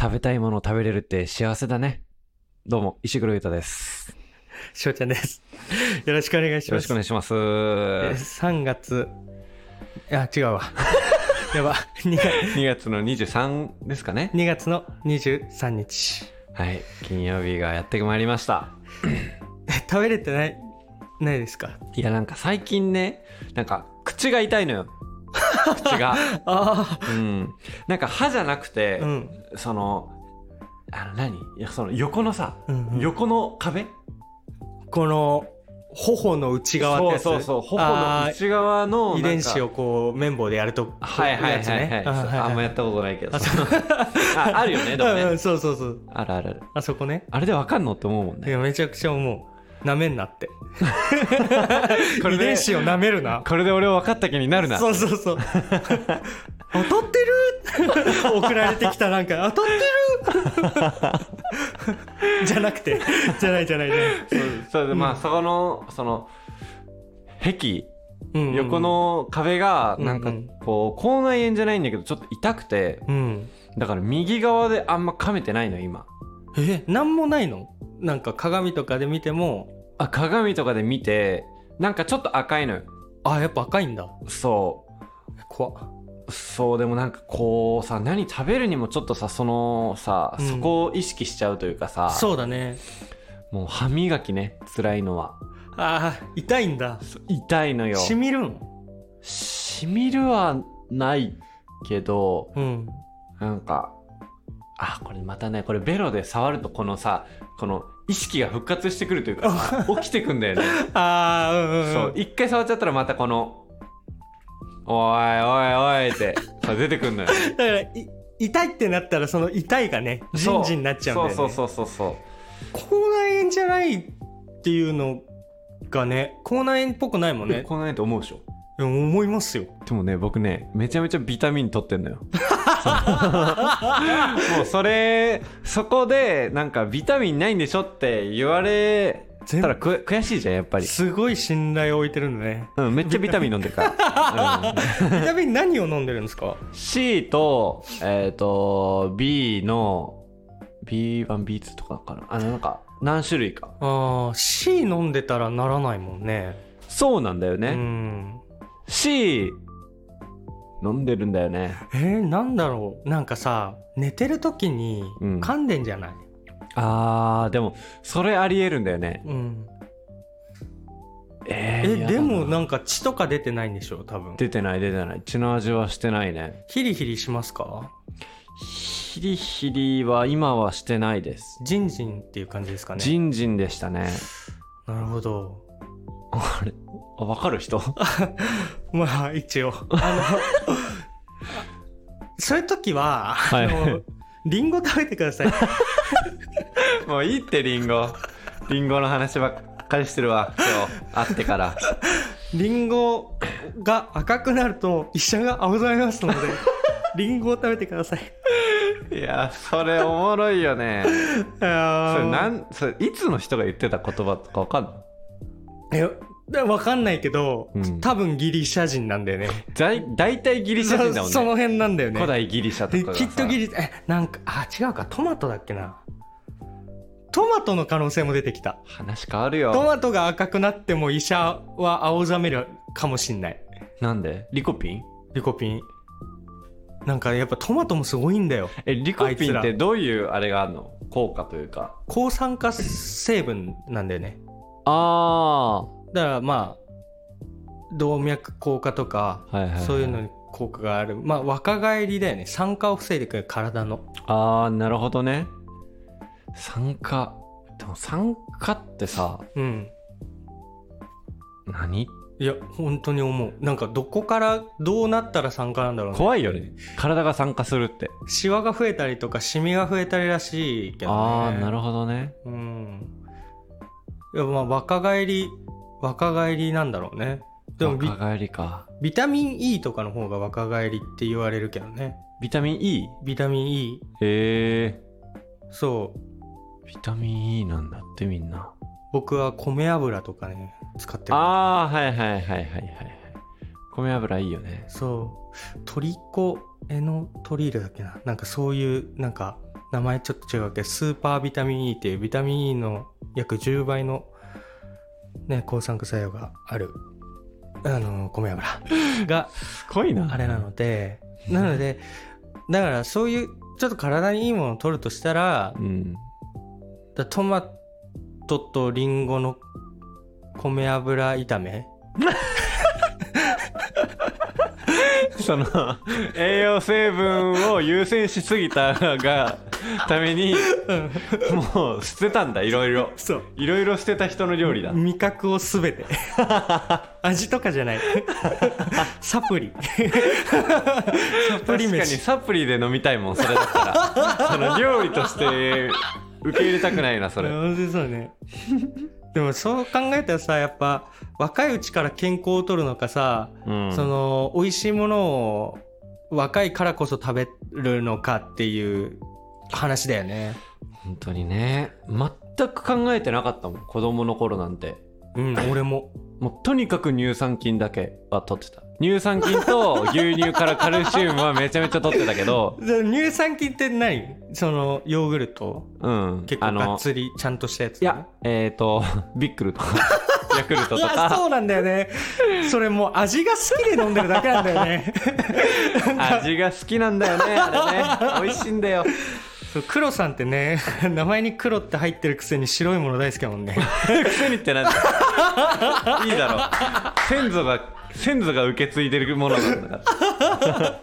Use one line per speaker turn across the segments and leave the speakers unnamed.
食べたいものを食べれるって幸せだね。どうも、石黒裕太です。
翔ちゃんです。 よろしくお願いし
よ
ま
ろしく
す。
お願いします。
え
2
三月、あ、違う わ。やば、2月
月の23ですかね。
2月の23日。
はい。金曜日がやってまいりました。
え食べれてない、ないですか
いや、なんか最近ね、なんか口が痛い のよ。口が。
あ
うん。なんか歯じゃなくて、
あ、うん。
その、あの何、いやその横のさ、
うんうん
横の壁
この、頬の内側って
そう
やつ
そうそう、頬の
あー
内側のなんか
遺伝子をこう、綿棒でやると、
はいはい
やつ
はいはい、
ね
あ
はい
んま
はい
やったことないけど
あ
さ ああるよねでも
うんう
ね
んそうそうそう。
あるあるある
あそこね。
あれでわかんのって思うもん
い
ね
や、めちゃくちゃ思う。舐めんなって。
これ
遺
で
伝子を舐めるな。
これで俺を分かった気になるな
そうそうそう。当たってる 送られてきたなんか、当たってる じゃなくて、じゃないじゃないじゃない。
そうそうでまあそこのその壁
うんうん
横、の壁が
うん
なんかこう口内炎じゃないんだけどちょっと痛くて
うん。
だから右側であんま噛めてないの今
え、なんもないのなんか鏡とかで見ても、
あ鏡とかで見てなんかちょっと赤いのよ
あ、やっぱ赤いんだ。
そ
怖っ
うそうでもなんかこうさ何食べるにもちょっとさそのさ、
うん
そこを意識しちゃうというかさ
そうだね。
もう歯磨きね辛いのは
ああ、痛いんだ。
痛いのよ
しみるん。
しみるはないけど
うん。
なんか、あ、これまたね、これベロで触るとこのさ、この意識が復活してくるというかさ、起きてくんだよね。
ああ、うんうんうん。
そう、一回触っちゃったらまたこの、おいおいおいって、そう出てくんのよ。
だから、い痛いってなったら、その痛いがね、
そ
人事になっちゃうんだよね。
そうそうそうそうそう。
口内炎じゃないっていうのがね口内炎っぽくないもん
ね、
ね
こんなねと思うでしょ。
いや思いますよ
でもね、僕ね、めちゃめちゃビタミン取ってんのよ。そうもうそれ、そこで、なんかビタミンないんでしょって言われたらく悔しいじゃん、やっぱり。
すごい信頼を置いてるんだ ね
うん、めっちゃビタミン飲んでるから。うん
ビタミン何を飲んでるんですか
C と、えっ、と、B の、B1、B2 とかかな。あの、なんか、何種類か。
あー C 飲んでたらならないもんね
そうなんだよね。
うん
C、飲んでるんだよね。
えー、なんだろうなんかさ寝てる時に
うん
噛んでんじゃない、
あー、でも、それありえるんだよね。
うん
え
え
ー、嫌だ
でもなんか血とか出てないんでしょ多分
出てない出てない。血の味はしてないね。
ヒリヒリしますか
ヒリヒリは今はしてないです。
ジンジンっていう感じですかね
ジンジンでしたね。
なるほど
あれあ、わかる人
まあ、一応。あの、そういう時は、
はい
あの、リンゴ食べてください。
もういいって、リンゴ。リンゴの話ばっかりしてるわ、今日。会ってから。
リンゴが赤くなると、医者が青ざめますので、リンゴを食べてください。
いやそれおもろいよね
それ
それな
なん
それいつの人が言ってた言葉とかわかんない
わかんないけど、
うん
多分ギリシャ人なんだよね。
大大体ギリシャ人だもん
そそ
ね
の辺なんだよね。
古代ギリシャと
で
かが
き
さ
っとギリシャ、え、なんか、あ、違うか、トマトだっけな。トマトの可能性も出てきた。
話変わる
ト
よ
マトが赤くなっても医者は青ざめるかもしんない。
なんでリコピン
リコピン。なんかやっぱトマトもすごいんだよ。
えリコ
あい
ピ
つ
ン
ら
ってどういうあれがあるの効果というか
抗酸化成分なんだよね。
あ
だからまあ、動脈硬化とか、
あ、はいはいはい、
そういうのに効果がある。まあ若返りだよね。酸化を防いでくれる体の。
ああなるほどね酸化でも酸化ってさ
うん。
何
いや、本当に思う。なんかどこからどうなったら酸化なんだろうね。
怖いよね体が酸化するって、
シワが増えたりとか、シミが増えたりらしいけどね。
ああなるほどね
うん。いや、まあ、若返り、若返りなんだろうね。でもビ、
若返りか
ビタミン E とかの方が若返りって言われるけどね。
ビタミン E
ビタミン E。
へえ
そう。
ビタミン E なんだってみんな。
僕は米油とかね、使ってる。
ああ、はいはいはいはいはいはい。米油いいよね。
そう。トリコエノトリールだっけな。なんかそういう、なんか、名前ちょっと違うけどスーパービタミン E っていうビタミン E の約10倍の、ね、抗酸化作用があるあの米油が
すごいな
あれなのでなのでだからそういうちょっと体にいいものを取るとしたら
うん
だトマトとリンゴの米油炒め
その栄養成分を優先しすぎたがためにもう捨てたんだいろいろ
そう
いろいろ捨てた人の料理だ
味覚をす べて味とかじゃ ないサプリサ
確か
プリ
に
飯
サプリで飲みたいもんそれだった らその料理として受け入れたくないなそれ
本当にそうねでもそう考えたらさやっぱ若いうちから健康をとるのかさ、
うん
その美味しいものを若いからこそ食べるのかっていう話だよね
本当にね全く考えてなかったもん子供の頃なんて
うん俺も
もうとにかく乳酸菌だけは取ってた乳酸菌と牛乳からカルシウムはめちゃめちゃ取ってたけど
で乳酸菌って何そのヨーグルト
うん
結
あ
構
の
がっつりちゃんとしたやつ
いや、えっ、と、 ビック ルとか、ヤクルトと
いや
か、
そうなんだよね それもう味が好きで飲んでるだけなんだよね
味が好きなんだよね、あれね。美味しいんだよ。
そう黒さんってね 名前に黒って入ってるくせに白いもの大好きだも んね
くせにってなんだ よいいだろう。先祖が、先祖が受け継いでるものなんだから。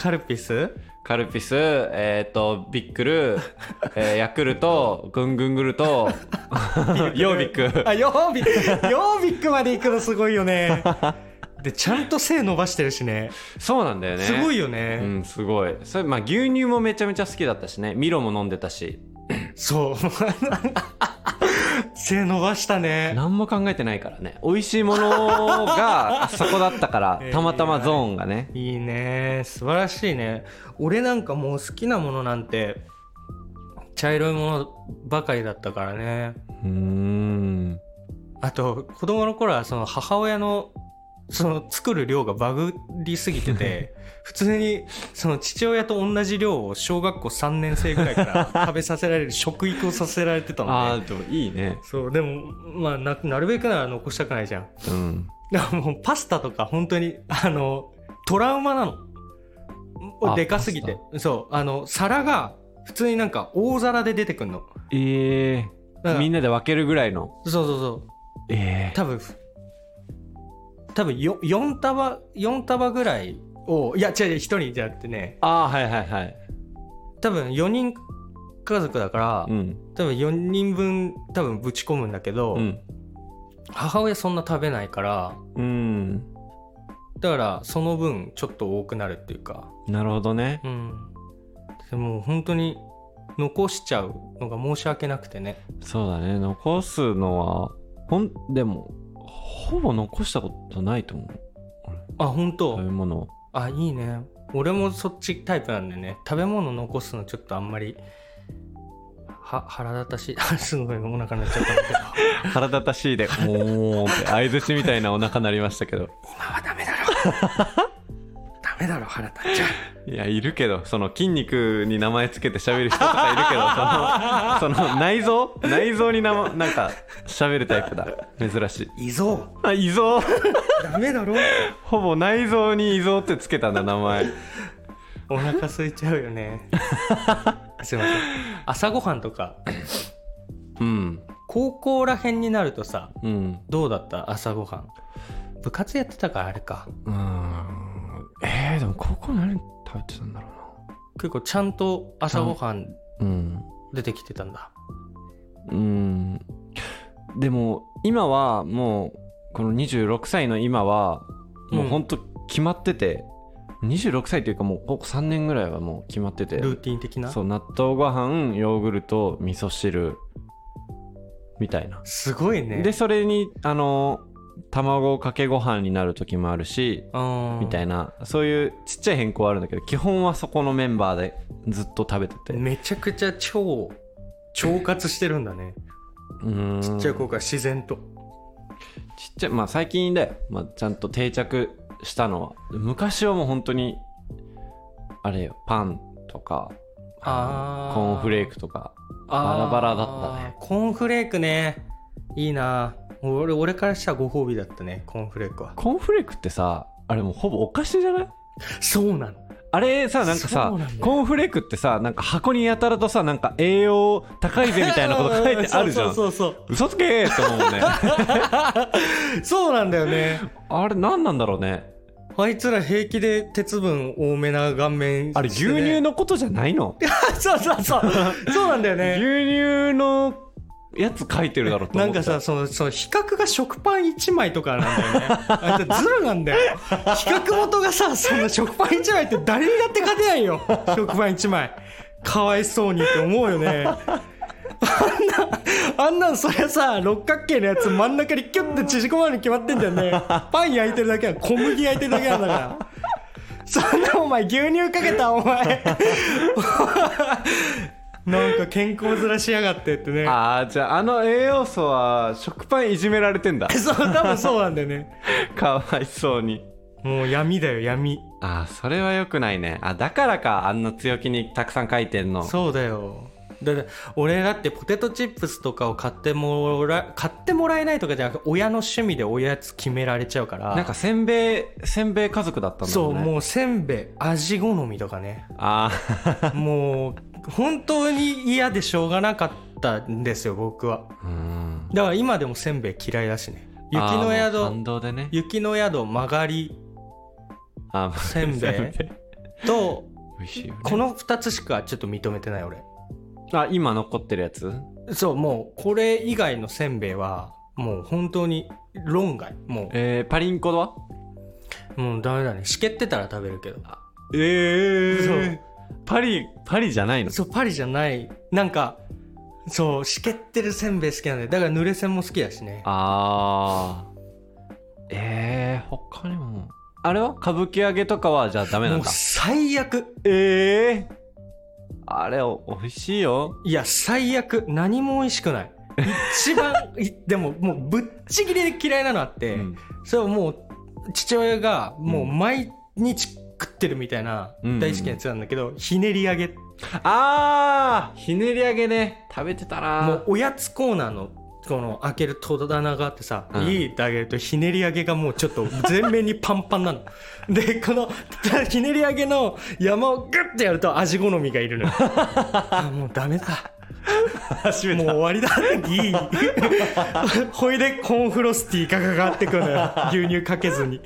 カルピス
カルピス、えっ、と、ビックル、えーヤクルト、グングングルト、ヨービック。
あ曜日曜日まで行くのすごいよね でちゃんと背伸ばしてるしね
そうなんだよね。
すごい
よ。
よね
う、ん、すごい。それ、まあ、牛乳もめちゃめちゃ好きだったしね。ミロも飲んでたし。
そう 背伸ばしたね
何も考えてないからね美味しいものがあそこだったから
えー
たまたまゾーンがね
いいね素晴らしいね俺なんかもう好きなものなんて茶色いものばかりだったからね
うーん
あと子供の頃はその母親のその作る量がバグりすぎて て普通にその父親と同じ量を小学校3年生ぐらいか ら食べさせられる食育をさせられてたの
あ
で
ーでもいいね
そうでもまあななるべくなら残したくないじゃん
うん
だからもうパスタとか本当にあのトラウマなの
あ
でかすぎてそうあの皿が普通になんか大皿で出てくんの
え
だから
ー、みんなで分けるぐらいの
そうそうそう
えー、
多分多分よ4束4束ぐらいをいや違う違う1人じゃなくてね
ああはいはいはい
多分4人家族だから、
うん
多分4人分多分ぶち込むんだけど、
うん
母親そんな食べないから
うん
だからその分ちょっと多くなるっていうか
なるほどね
うんでも本当に残しちゃうのが申し訳なくてね
そうだね残すのはほんでもほぼ残したことないと思う
あ本当、
食べ物を
あいいね俺もそっちタイプなんでね食べ物残すのちょっとあんまりは腹立たしい あすごいお腹鳴っちゃったんだけど
腹立たしいで「おーって相づちみたいなお腹なりましたけど
今はダメだろダメだろ腹立っちゃう
いやいるけどその筋肉に名前つけて喋る人とかい るけどそのその内臓内臓に名前なんか喋るタイプだ珍しい
異臓
あ異臓
ダメだろ
ほぼ内臓に異臓ってつけたんだ名前
お腹空いちゃうよ ねすいません朝ごはんとか
うん
高校らへんになるとさ
うん
どうだった朝ごはん部活やってたからあれか
うんえー、でも高校何食べてたんだろ
結構ちゃんと朝ごはん
うなうん
出てきてたんだ
うんでも今はもうこの26歳の今はもうほんと決まってて、26歳というかもうここ3年ぐらいはもう決まってて
ルーティン的な
そう納豆ご飯ヨーグルト味噌汁みたいな、
すごいね
でそれにあの卵かけご飯になる時もあるし、み
み
たいなそういうちっちゃい変更はあるんだけど基本はそこのメンバーでずっと食べてて
めちゃくちゃ超腸活してるんだね
うん
ちっちゃい子が自然と
ちっちゃいまあ最近だよ、まあ、ちゃんと定着したのは昔はもう本当にあれよパンとか
あ
コーンフレー
ク
クとか
あー
バラバラだったね
コーンフレークねいいな俺俺からしたらご褒美だったねコーンフレークは
コーンフレークってさあれもうほぼお菓子じゃない
そうなの
あれさなんかさ
そうなんだよ
コーンフレークってさなんか箱にやたらとさなんか栄養高いぜみたいな こと書いてあるじゃん
そうそうそう
嘘つけーって思 うね
そうそうなんだよね
あれ何なんだろうね
あいつら平気で鉄分多めな顔面
あれ牛
してね
乳のことじゃないの
そうそうそうそうなんだよ
牛
ね
乳のやつ書いてるだろうと
な
思
ん
った
かさそのその比較が食パン1枚とかなんだよねあいつズルなん だよ比較元がさその食パン1枚って誰にだって勝てないよ食パン1枚かわいそうにって思うよねあんなあんなんそりゃさ六角形のやつ真ん中にキュッて縮こまるに決まってんだよねパン焼いてるだけは小麦焼いてるだけなんだからそんなお前牛乳かけたお前なんか健康ずらしやがってってね
ああじゃああの栄養素は食パンいじめられて んだ
そう、多分そうなんだよね。
かわいそうに
もう闇だよ、闇。
ああそれは良くないねあだからかあんな強気にたくさん書いてんの
そうだよ。だって俺だってポテトチップスとかを買ってもら買ってもらえないとかじゃなくて親の趣味でおやつ決められちゃうから
なんかせんべいせんべい家族だったんだ
そ
も
うん
ね
もうせんべい味好みとかね
ああ
もう本当に嫌でしょうがなかったんですよ僕は
うん
だから今でもせんべい嫌いだしね雪の
あーもう反
宿
動でね
雪の宿曲がり
あー
せんべいと
美味しいよね
この2つしかちょっと認めてない俺
あ今残ってるやつ
そうもうこれ以外のせんべいはもう本当に論外も
えー、パリンコは
うもうダメだねしけってたら食べるけど
え
そう
パリパリじゃないの
そうパリじゃないなんかそうしけってるせんべい好きなんだよだから濡れせんも好きだしね
あーえー、他にもあれは歌舞伎揚げとかはじゃあダメな
も
ん
う
だ
最悪
ええあれお美味しいよ
いや最悪何も美味しくない一番 いでももうぶっちぎりで嫌いなのあって、
うん
それはもう父親がもううん毎日食ってるみたいな
うん
大好きなやつなんだけど、ひねり揚げ
あーひねり揚げね食べてたな
もうおやつコーナーのこの開ける戸棚があってさ、
うん
いいってあげるとひねり上げがもうちょっと全面にパンパンなのでこのひねり上げの山をグッてやると味好みがいるのよあもうダメだ
初
もう終わりだいいほいでコーンフロスティーがかかってくるのよ牛乳かけ ずに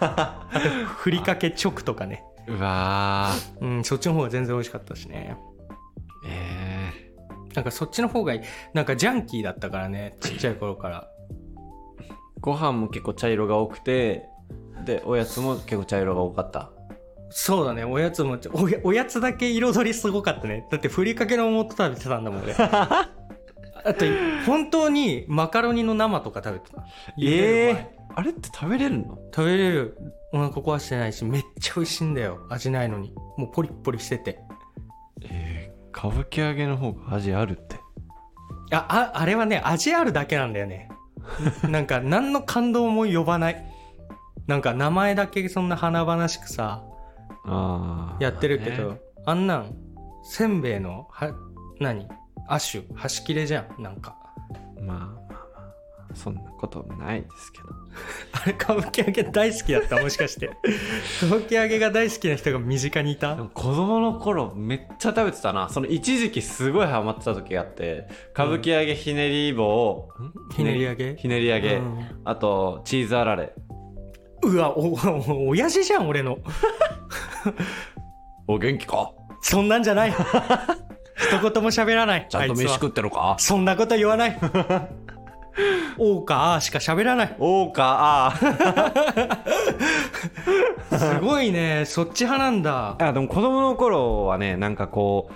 あとふりかけ直とかね
うわー
うんそっちの方が全然美味しかったしね
え
なんかそっちの方がいいなんかジャンキーだったからねちっちゃい頃から
ー、ご飯も結構茶色が多くてでおやつも結構茶色が多かった
そうだね、おやつもちょおや、おやつだけ彩りすごかったね。だって、ふりかけの素食べてたん だもん、俺。あと、本当にマカロニの生とか食べてた。
え
茹でる前
えー、あれって食べれるの
食べれる。お腹壊してないし、めっちゃ美味しいんだよ。味ないのに。もうポリッポリしてて。
ええ歌舞伎揚げの方が味あるって
あ、あ、あれはね、味あるだけなんだよね。 なんか、何の感動も呼ばない。なんか、名前だけそんな華々しくさ、
ああ
やってるけど、あんなんせんべいのは何亜種端切れじゃんなんか
まあまあまあそんなこともないですけど
あれ歌舞伎揚げ大好きだったもしかして 歌舞伎揚げが大好きな人が身近にい
で
た
も子供の頃めっちゃ食べてたなその一時期すごいハマってた時があって歌舞伎揚げひねり棒、ん
ひねり揚げ
ひねり揚げ、
うん
あとチーズあられ
うわおお親父じゃん俺の
お元気か
そんなんじゃ ない一言も喋らない
ちゃんと
あいつは
飯食ってるか
そんなこと言わ ないおうかあーしか喋ら ない
おうかあー
すごいねそっち派なんだ
あでも子供の頃はねなんかこう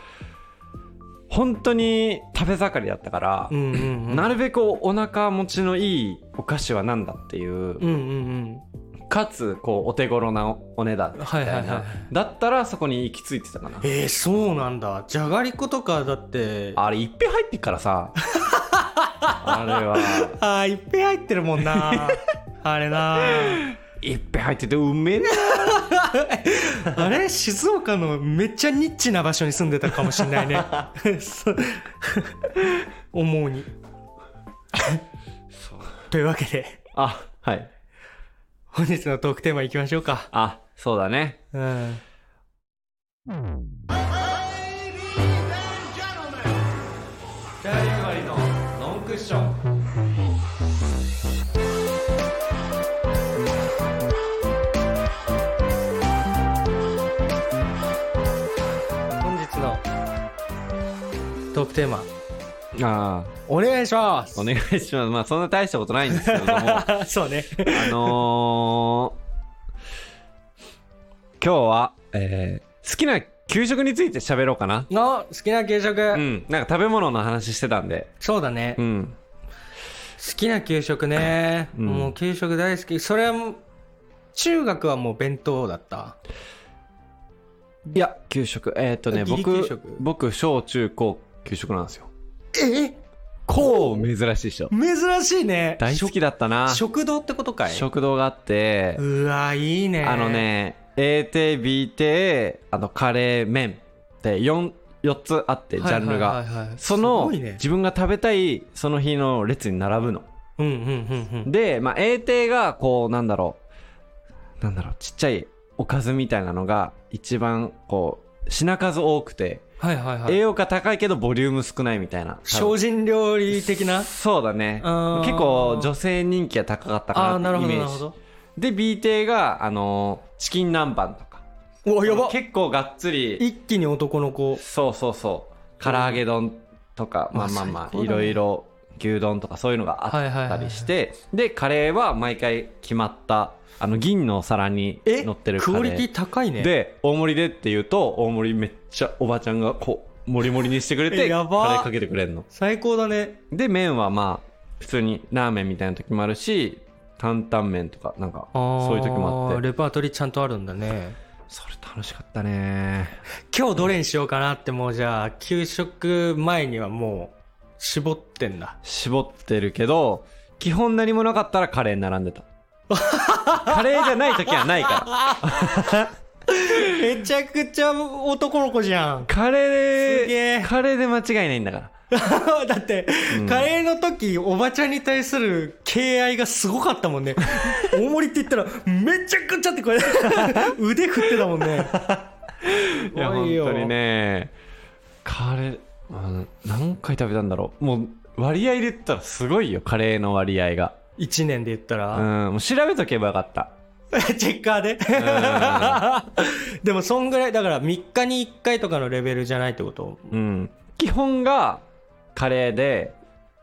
本当に食べ盛りだったから、
うんうんうん
なるべくお腹持ちのいいお菓子は何だっていう、
うんうん
かつこうお手頃なお値段みたいな、
はいはいはい
だったらそこに行き着いてたかな
えー、そうなんだじゃがりことかだって
あれ一品入ってっからさ あれは
あーいっ ぺん入ってるもんなあれな
一品入っててうめえな
あれ静岡のめっちゃニッチな場所に住んでたかもしんないね そう思うに
そう
というわけで
あはい
本日のトークテーマいきましょうか
あそうだね
うんのノンクッション本日のトークテーマ
あ
お願いします
ーお願いしますまあそんな大したことないんですけれど もあ
そうね
のー今日は、 えー好きな給食について喋ろうかな
の好きな給食、
うんなんか食べ物の話してたんで
そうだね、
う
好
ん
きな給食ね、
うん
もう給食大好きそれはもう中学はもう弁当だった
いや給食えーっとね
ギリ給食
僕僕小中高給食なんですよ
え
高珍しいっしょ
珍しいね
大好きだったな
食堂ってことかい
食堂があって
うわいいね
あのね A 亭 B 亭あとカレー麺って 4, 4つあってジ
はい
ャ
はい
ンル
はいは
が
い
その
すごいね
自分が食べたいその日の列に並ぶの
うんうんうんうん
で、まあ、A 亭がこうなんだろうなんだろうちっちゃいおかずみたいなのが一番こう品数多くて
はいはいは
栄
い
養価高いけどボリューム少ないみたいな
精進料理的な
そうだね
あー
結構女性人気が高かった
あ
か
あ
な
なる
って
ほ
イ
ど
メ
なる
ー
ほ
ジ
ど
で B 亭があのーチキン南蛮とか
うわやば
結構がっつり
一気に男の子
そうそうそう唐揚げ丼とか、
うん
まあまあ
まあ
まあ、
最高
い
だね
ろいろ牛丼とかそういうのがあ
はいはい
っ
は
た
いはい
りして、でカレーは毎回決まったあの銀のお皿に
え
乗ってるカ
ク
レー
オリティ高いね
で大盛りでって言うと大盛りめっちゃおばちゃんがこうもりもりにしてくれてカレ
やば
ーかけてくれるの
最高だね
で麺はまあ普通にラーメンみたいな時もあるし担々麺とかなんか
あー
そういう時もあって
レパートリーちゃんとあるんだね
それ楽しかったね
今日どれにしようかなってもうじゃあ給食前にはもう絞ってんだ
絞ってるけど基本何もなかったらカレー並んでたカレーじゃない時はないから
めちゃくちゃ男の子じゃん
カレ
すげ
ー
え
でカレーで間違いないんだから
だって、カレーの時おばちゃんに対する敬愛がすごかったもん ね大盛りって言ったらめちゃくちゃってこれ 腕振ってたもんね
いや
お
本
いよ
当にねカレーあ何回食べたんだろうもう割合で言ったらすごいよカレーの割合が
1年で言った
うん
ら、
もう調べとけばよかった
チェッカーで でもそんぐらいだから3日に1回とかのレベルじゃないってこと
うん基本がカレーで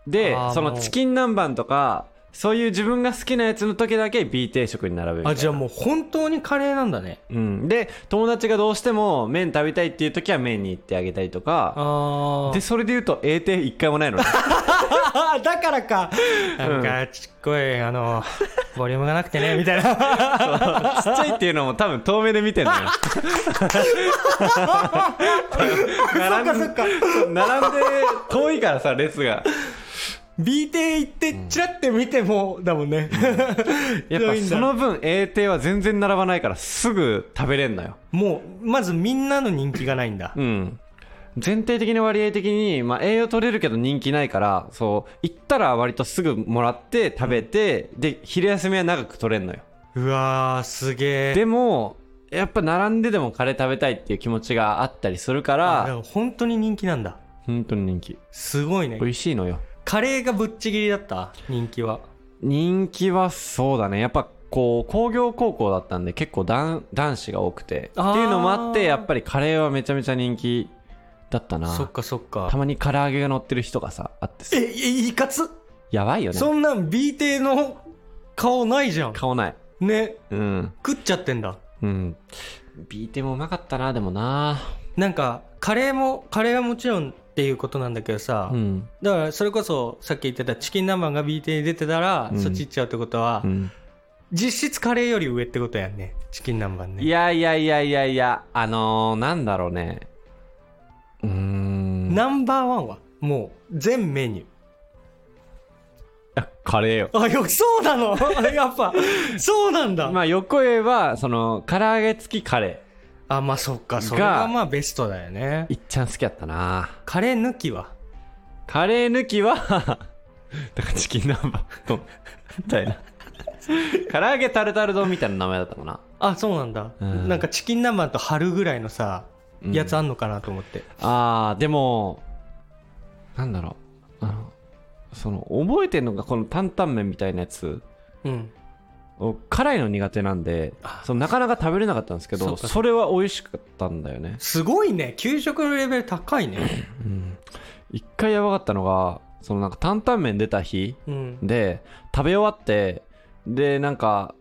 で
あー
そ
も
の
う
チキン南蛮とかそういう自分が好きなやつの時だけ B 定食に並べるみたい
あ
な
じゃあもう本当にカレーなんだね
うん、で友達がどうしても麺食べたいっていう時は麺に行ってあげたりとか
あ
でそれで言うと A 定一回もないのね
あだからかなんかちっこいあ のボリュームがなくてねみたいな
ちっちゃいっていうのも多分遠目で見てんのよ並んで並んで遠いからさ列が
B 定行ってチラって見てもだもんね、
やっぱその分 A 定は全然並ばないからすぐ食べれんのよ
もうまずみんなの人気がないんだ
うん全体的な割合的に、まあ、栄養取れるけど人気ないからそう行ったら割とすぐもらって食べてで昼休みは長く取れんのよ
うわーすげえ
でもやっぱ並んででもカレー食べたいっていう気持ちがあったりするか
あだからら本当に人気なんだ
本当に人気
すごいね
美味しいのよ
カレーがぶっちぎりだった人気は
人気はそうだねやっぱこう工業高校だったんで結構男男子が多くてって
あー
いうのもあってやっぱりカレーはめちゃめちゃ人気だった
そっ
な
かそっ
た
か
まに唐揚げが乗ってる人がさあってさ
ええいかつ
やばいよね
そんなん B 定の顔ないじゃん
顔ない
ね
うん
食っちゃってんだ
うんビーテもうまかったなでもな
なんかカレーもカレーはもちろんっていうことなんだけどさ、
うん
だからそれこそさっき言ってたチキン南蛮が B 定に出てたら、
うん
そっち行っちゃうってことは、
うん
実質カレーより上ってことやんねチキン南蛮ね
いやいやいやいやいや、あのー、なんだろうね。うーん。
ナンバーワンはもう全メニュー
あカレーよ
あよそうなの やっぱそうなんだ、
まあ横江はその唐揚げ付きカレ
あまあそっかそれがまあベストだよね
ーいっちゃん好きやったな
カレー抜きは
カレー抜きは だからチキン南蛮丼みたいな唐揚げタルタル丼みたいな名前だったもんな、
あそうなんだ、
うん
なんかチキン南蛮と春ぐらいのさ
うん
やつあんのかなと思って、
あーでもなんだろうあのその覚えてんのがこの担々麺みたいなやつ
うん、
お辛いの苦手なんで
あ
そのなかなか食べれなかったんですけ
そ
ど
うかそう
そ
か
れは美味しかったんだよね
すごいね給食のレベル高い ね
うん一回やばかったのがそのなんか担々麺出た日
うん
で食べ終わってでなんか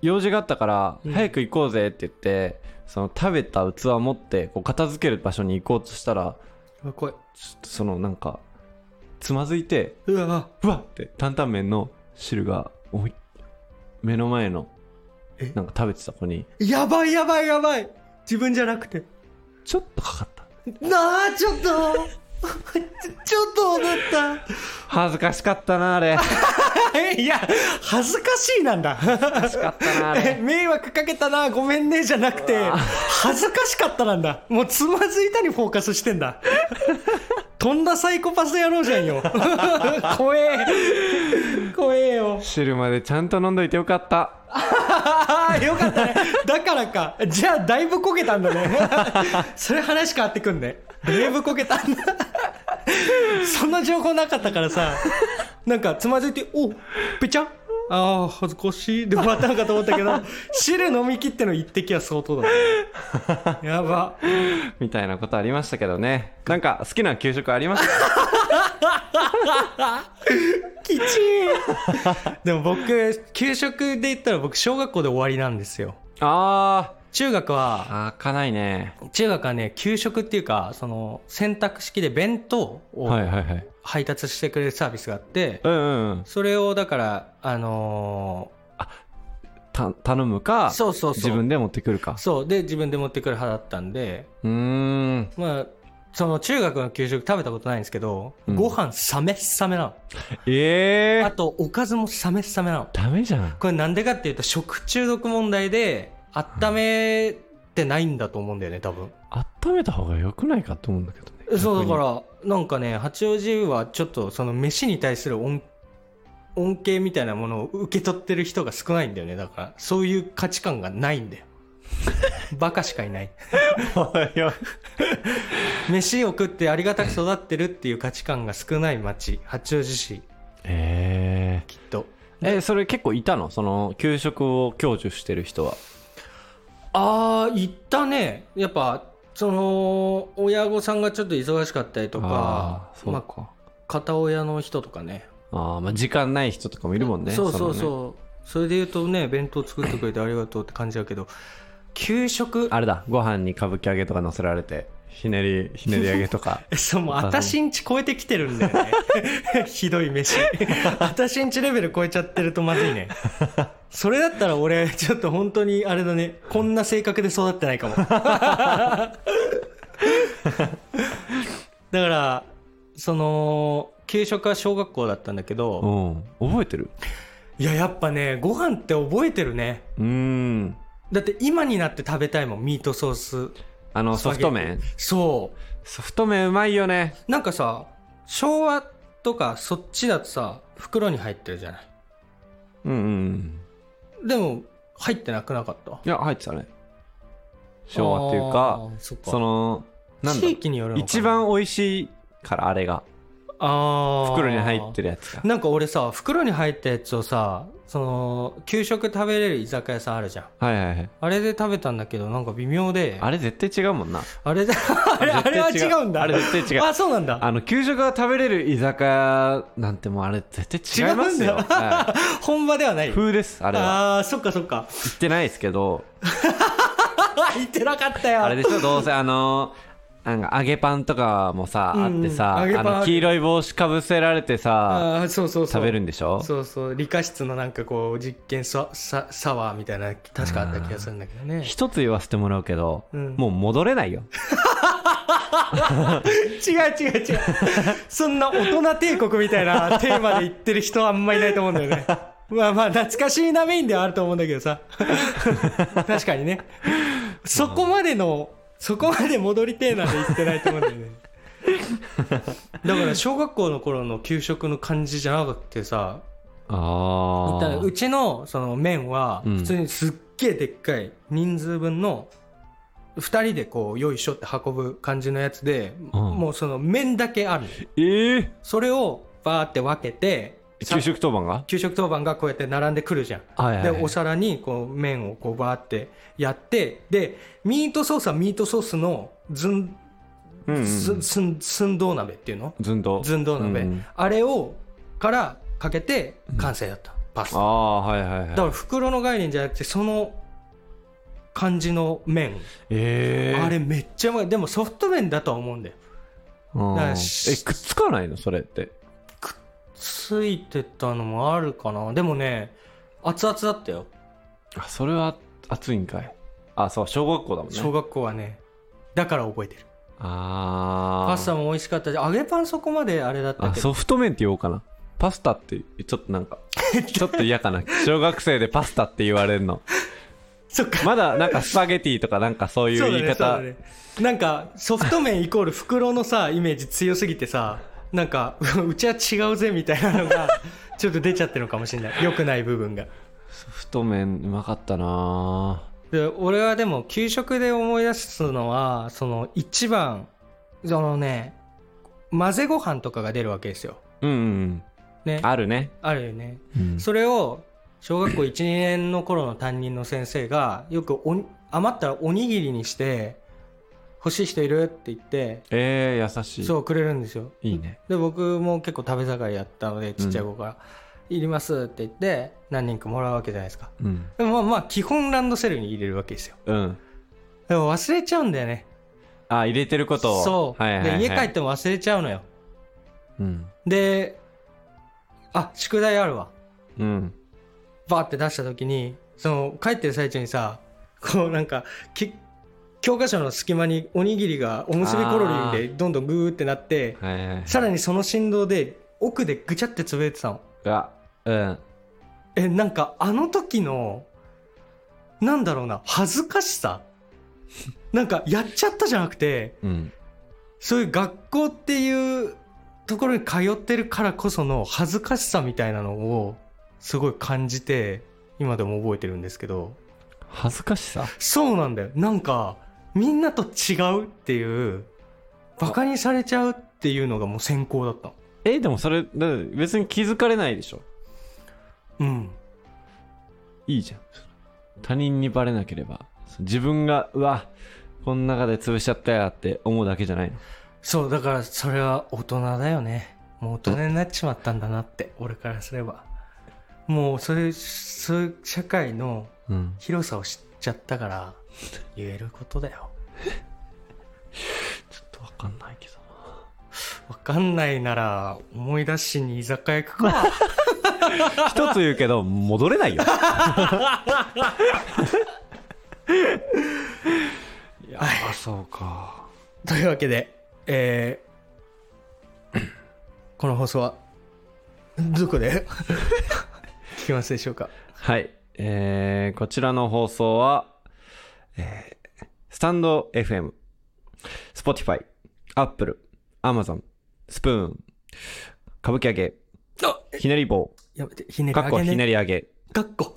用事があったから
うん
早く行こうぜって言って、その食べた器持ってこう片付ける場所に行こうとしたら
あこれ
ちょっとそのなんかつまずいて
うわ
うわって担々麺の汁が思いっ目の前の
え
なんか食べてた子に
やばいやばいやばい自分じゃなくて
ちょっとかかった
なあちょっと ちょっと踊っ
恥ずかしかったなあれ
たえいや恥ずかしいなんだ
恥ずかしかったなあれ
え迷惑かけたなごめんねじゃなくて
うわ
恥ずかしかったなんだもうつまずいたにフォーカスしてん だとんだサイコパス野郎じゃん よ怖え怖えよ
汁までちゃんと飲んどいてよかった
ああよかったねだからかじゃあだいぶこけたんだね それ話変わってくんねだいぶこけたんだそんな情報なかったからさなんかつまずいて「おぺちゃんああ恥ずかしい」で終わったのかと思ったけど汁飲み切っての一滴は相当だねやば
みたいなことありましたけどねなんか好きな給食ありました
きちいでも僕給食で言ったら僕小学校で終わりなんですよ
あー
中学は
開かないね
中学はね給食っていうかその選択式で弁当
はいは
を
いはい
配達してくれるサービスがあって、
うんうんうん
それをだからあの
た頼む
ー
か
そうそうそ
自
う
分で持ってくるか
そうで自分で持ってくる派だったんで
うーん
まあその中学の給食食べたことないんですけど、
うん
ご飯サメッサメなの
ええ
あとおかずもサメッサメなの
ダメじゃん
これなんでかっていうと食中毒問題で温めてないんだと思うんだよね多分
温めた方が良くないかと思うんだけどね
そうだ
逆に
からなんかね八王子はちょっとその飯に対する恩恩恵みたいなものを受け取ってる人が少ないんだよねだからそういう価値観がないんだ よバカしかいない飯を食ってありがたく育ってるっていう価値観が少ない町八王子市
え
きっと
ええそれ結構いたのその給食を享受してる人は
ああ行ったねやっぱその親御さんがちょっと忙しかったりとか
あーそう
ま
か、
あ、片親の人とかね
あーまあ時間ない人とかもいるもんね
そうそう
のね
そうそれで言うとね弁当作ってくれてありがとうって感じだ けど給食
あれだご飯に歌舞伎揚げとか乗せられてひねりひねり揚げと か
そうもう私んち超えてきてるんだよね ひど い飯私んちレベル超えちゃってるとまずいねそれだったら俺ちょっと本当にあれだねこんな性格で育ってない かもだからその給食は小学校だったんだけ
う
ど
ん覚えてる
いややっぱねご飯って覚えてるね
うーん
だって今になって食べたいもんミートソース
あのソフト麺
そ
ソフト麺うまいよね
うなんかさ昭和とかそっちだとさ袋に入ってるじゃない
うんうんうん
でも入ってなくなかった
いや入ってたね昭和っていうか
あーそっか
そのなんだ
地域によるのかな
一番美味しいからあれが
あー
袋に入ってるやつが
なんか俺さ袋に入ったやつをさその給食食べれる居酒屋さんあるじゃん
はいはいはい
あれで食べたんだけどなんか微妙で
あれ絶対違うもんな
あれであれあれは違
絶対
うんだ
あれ絶対違う
あそうなんだ
あの給食が食べれる居酒屋なんてもうあれ絶対違います
違
よ
うん
は
本場ではないい
風ですあれは
ああーそっかそっか
行ってないですけど
言ってなかったよ
あれでしょどうせあのなんか揚げパンとかもさあ
うん
ってさあ
揚げパン
の黄色い帽子かぶせられてさ
あーそうそうそう
食べるんでしょ
そうそう理科室のなんかこう実験サササワーみたいな確かあった気がするんだけどね
一つ言わせてもらうけど
うん
もう戻れないよ
違う違う違うそんな大人帝国みたいなテーマで言ってる人あんまいないと思うんだよ ねまあまあ懐かしいなメインではあると思うんだけどさ確かにねそこまでのそこまで戻りてえなんて言ってないと思うんだよ ねだから小学校の頃の給食の感じじゃなくてさ
あ
だから
あ
うちのその麺は
うん
普通にすっげえでっかい人数分の2人でこうよいしょって運ぶ感じのやつで、
うん
もうその麺だけあるの
ええ
それをバーって分けてさ
給食当番が
給食当番がこうやって並んでくるじゃん、
はいはいはい
でお皿にこう麺をこうバーってやってでミートソースはミートソースのずん
うんうん
すすん寸胴鍋っていうの
寸胴
寸胴鍋、
うん
あれをからかけて完成だった、パスタ
ああはいはい
だか
はい
ら袋の概念じゃなくてその感じの麺、
ええ
あれめっちゃうまいでもソフト麺だとは思うんだよ
うん
だから
えくっつかないのそれって
ついてたのもあるかなでもね熱々だったよ
あそれは暑いんかいあそう小学校だもんね
小学校はねだから覚えてる
ああ
パスタも美味しかったし揚げパンそこまであれだった
あ
けど
ソフト麺って言おうかなパスタってちょっと なんかちょっと嫌かな小学生でパスタって言われるの
そっか
まだなんかスパゲティとかなんかそういう
そうだ
言い
ねそう
方、
だねなんかソフト麺イコール袋のさイメージ強すぎてさなんか うちは違うぜみたいなのがちょっと出ちゃってるのかもしれない良くない部分が
ソフト麺うまかったな
で俺はでも給食で思い出すのはその一番そのね混ぜご飯とかが出るわけですよ
うん、うん、
ねあ
あるね、
るよね
うん
それを小学校12年の頃の担任の先生がよくおに余ったらおにぎりにして欲しい人いるって言って
えー、優しい
そうくれるんですよ
いいね
で僕も結構食べ盛りやったのでちっちゃい子から「いります」って言って何人かもらうわけじゃないですか
うん
でもまあまあ基本ランドセルに入れるわけですよ
うん
でも忘れちゃうんだよね
あ入れてることを
そう、
はいはいはい、
で家帰っても忘れちゃうのよ
うん
であ宿題あるわ
うん
バーって出した時にその帰ってる最中にさこうなんかき教科書の隙間におにぎりがおむすびコロリンでどんどんグーってなって
はいはいはい
さらにその振動で奥でぐちゃって潰れてたの
がうん
えなんかあの時のなんだろうな恥ずかしさなんかやっちゃったじゃなくて
うん
そういう学校っていうところに通ってるからこその恥ずかしさみたいなのをすごい感じて今でも覚えてるんですけど
恥ずかしさ
そうなんだよなんかみんなと違うっていうバカにされちゃうっていうのがもう先行だった
えでもそれだって別に気づかれないでしょ
うん
いいじゃん他人にバレなければ自分がうわこの中で潰しちゃったやって思うだけじゃないの
そうだからそれは大人だよねもう大人になっちまったんだなって俺からすればもうそれそういう社会の
うん
広さを知っちゃったから言えることだよ
ちょっとわかんないけど
わかんないなら思い出しに居酒屋行くか
な一つ言うけど戻れ ないよいやあそうか
というわけで、えー この放送はどこで 聞きますでしょうか
はい、えーこちらの放送は、えースタンド FM、Spotify、Apple、Amazon、スプーン、歌舞伎揚げ、ひねり棒、
やめてひねり
かっこ
上
ひ
げ
ね
ね
り上げ、
かっこ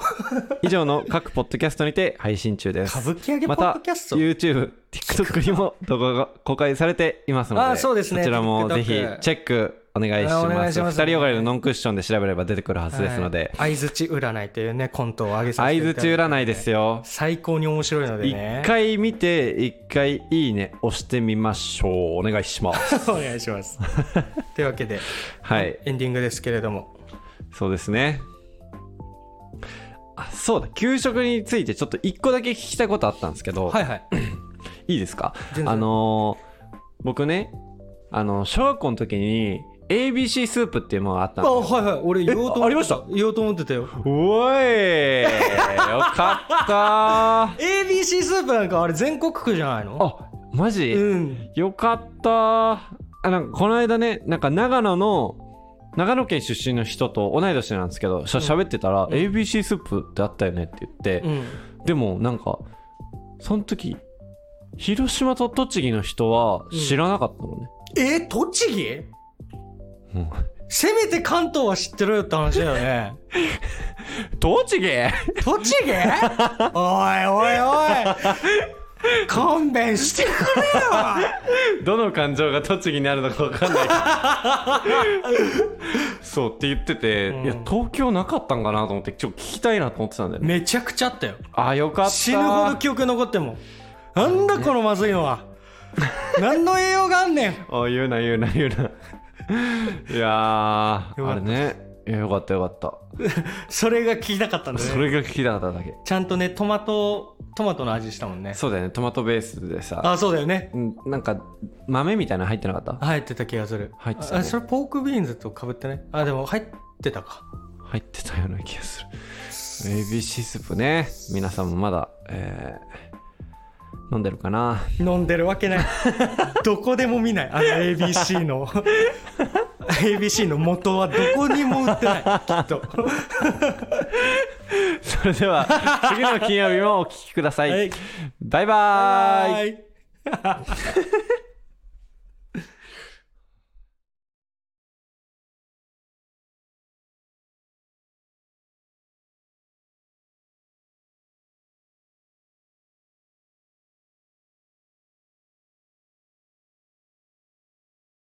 以上の各ポッドキャストにて配信中で
歌
す。
舞伎揚げ
ま
ポッ
た
ドキャスト、
YouTube、TikTok にも動画が 公開されていますので、
あーそうですね
こちらも
TikTok
ぜひチェックお願いします。
あーお願いします
二人よがりのノンクッションで調べれば出てくるはずですので、
はい相づち占いというねコントを上げさせ
相
ていただ
づ
いて
ち占いですよ。
最高に面白いので
一
ね
回見て一回いいね押してみましょうお願いします
お願いします というわけで
はい
エンディングですけれども
そうですねあそうだ給食についてちょっと一個だけ聞きたいことあったんですけど、
はいはい
い、いですか
全然
あのー僕ねあの小学校の時に ABC スープっていうものがあったん
あ
ですよ
はいはい俺言おうと思って
あありました
言おうと思ってたよ
おいよかっ た
ABC スープなんかあれ全国区じゃないの
あマジ、
うん
よかったあなんかこの間ねなんか長野の長野県出身の人と同い年なんですけどしゃ
うん
喋ってたら、
ん
ABC スープってあったよねって言って、
うん
でもなんかその時広島と栃木の人は知らなかったのね、
えー栃木
うん
せめて関東は知ってろよって話だよ ね。
栃木
栃木おいおいおい勘弁してくれ
どの感情が栃木にあるのか分か んないけどそうって言ってて、
うん
いや東京なかったんかなと思ってちょっと聞きたいなと思ってたんだよ
よ
ね
めちゃくちゃあったよ。
あよかった
死ぬほど記憶残ってんもん。なんだこのまずい のは。何の栄養があんねん。
あ言うな言うな言う ないやーあれねいやよかったよかった
それが聞きたかったんだ
そ
ね。
れが聞きたかっただけ
ちゃんとね、トマト、トマトの味したもんね。
そうだよねトマトベースでさ
あ、そうだよね。
うんなんか豆みたいなの入ってなかった
入ってた気がする。
入ってたね
あ、それポークビーンズと被ってね。あ、でも入ってたか。
入ってたような気がする ABC スープね皆さんもまだ、えー飲んでるかな
飲んでるわ けないどこでも見ないあの ABC の ABC の元はどこにも売ってないきっと
それでは次の金曜日もお聞きください、
はい
バイバーイ
い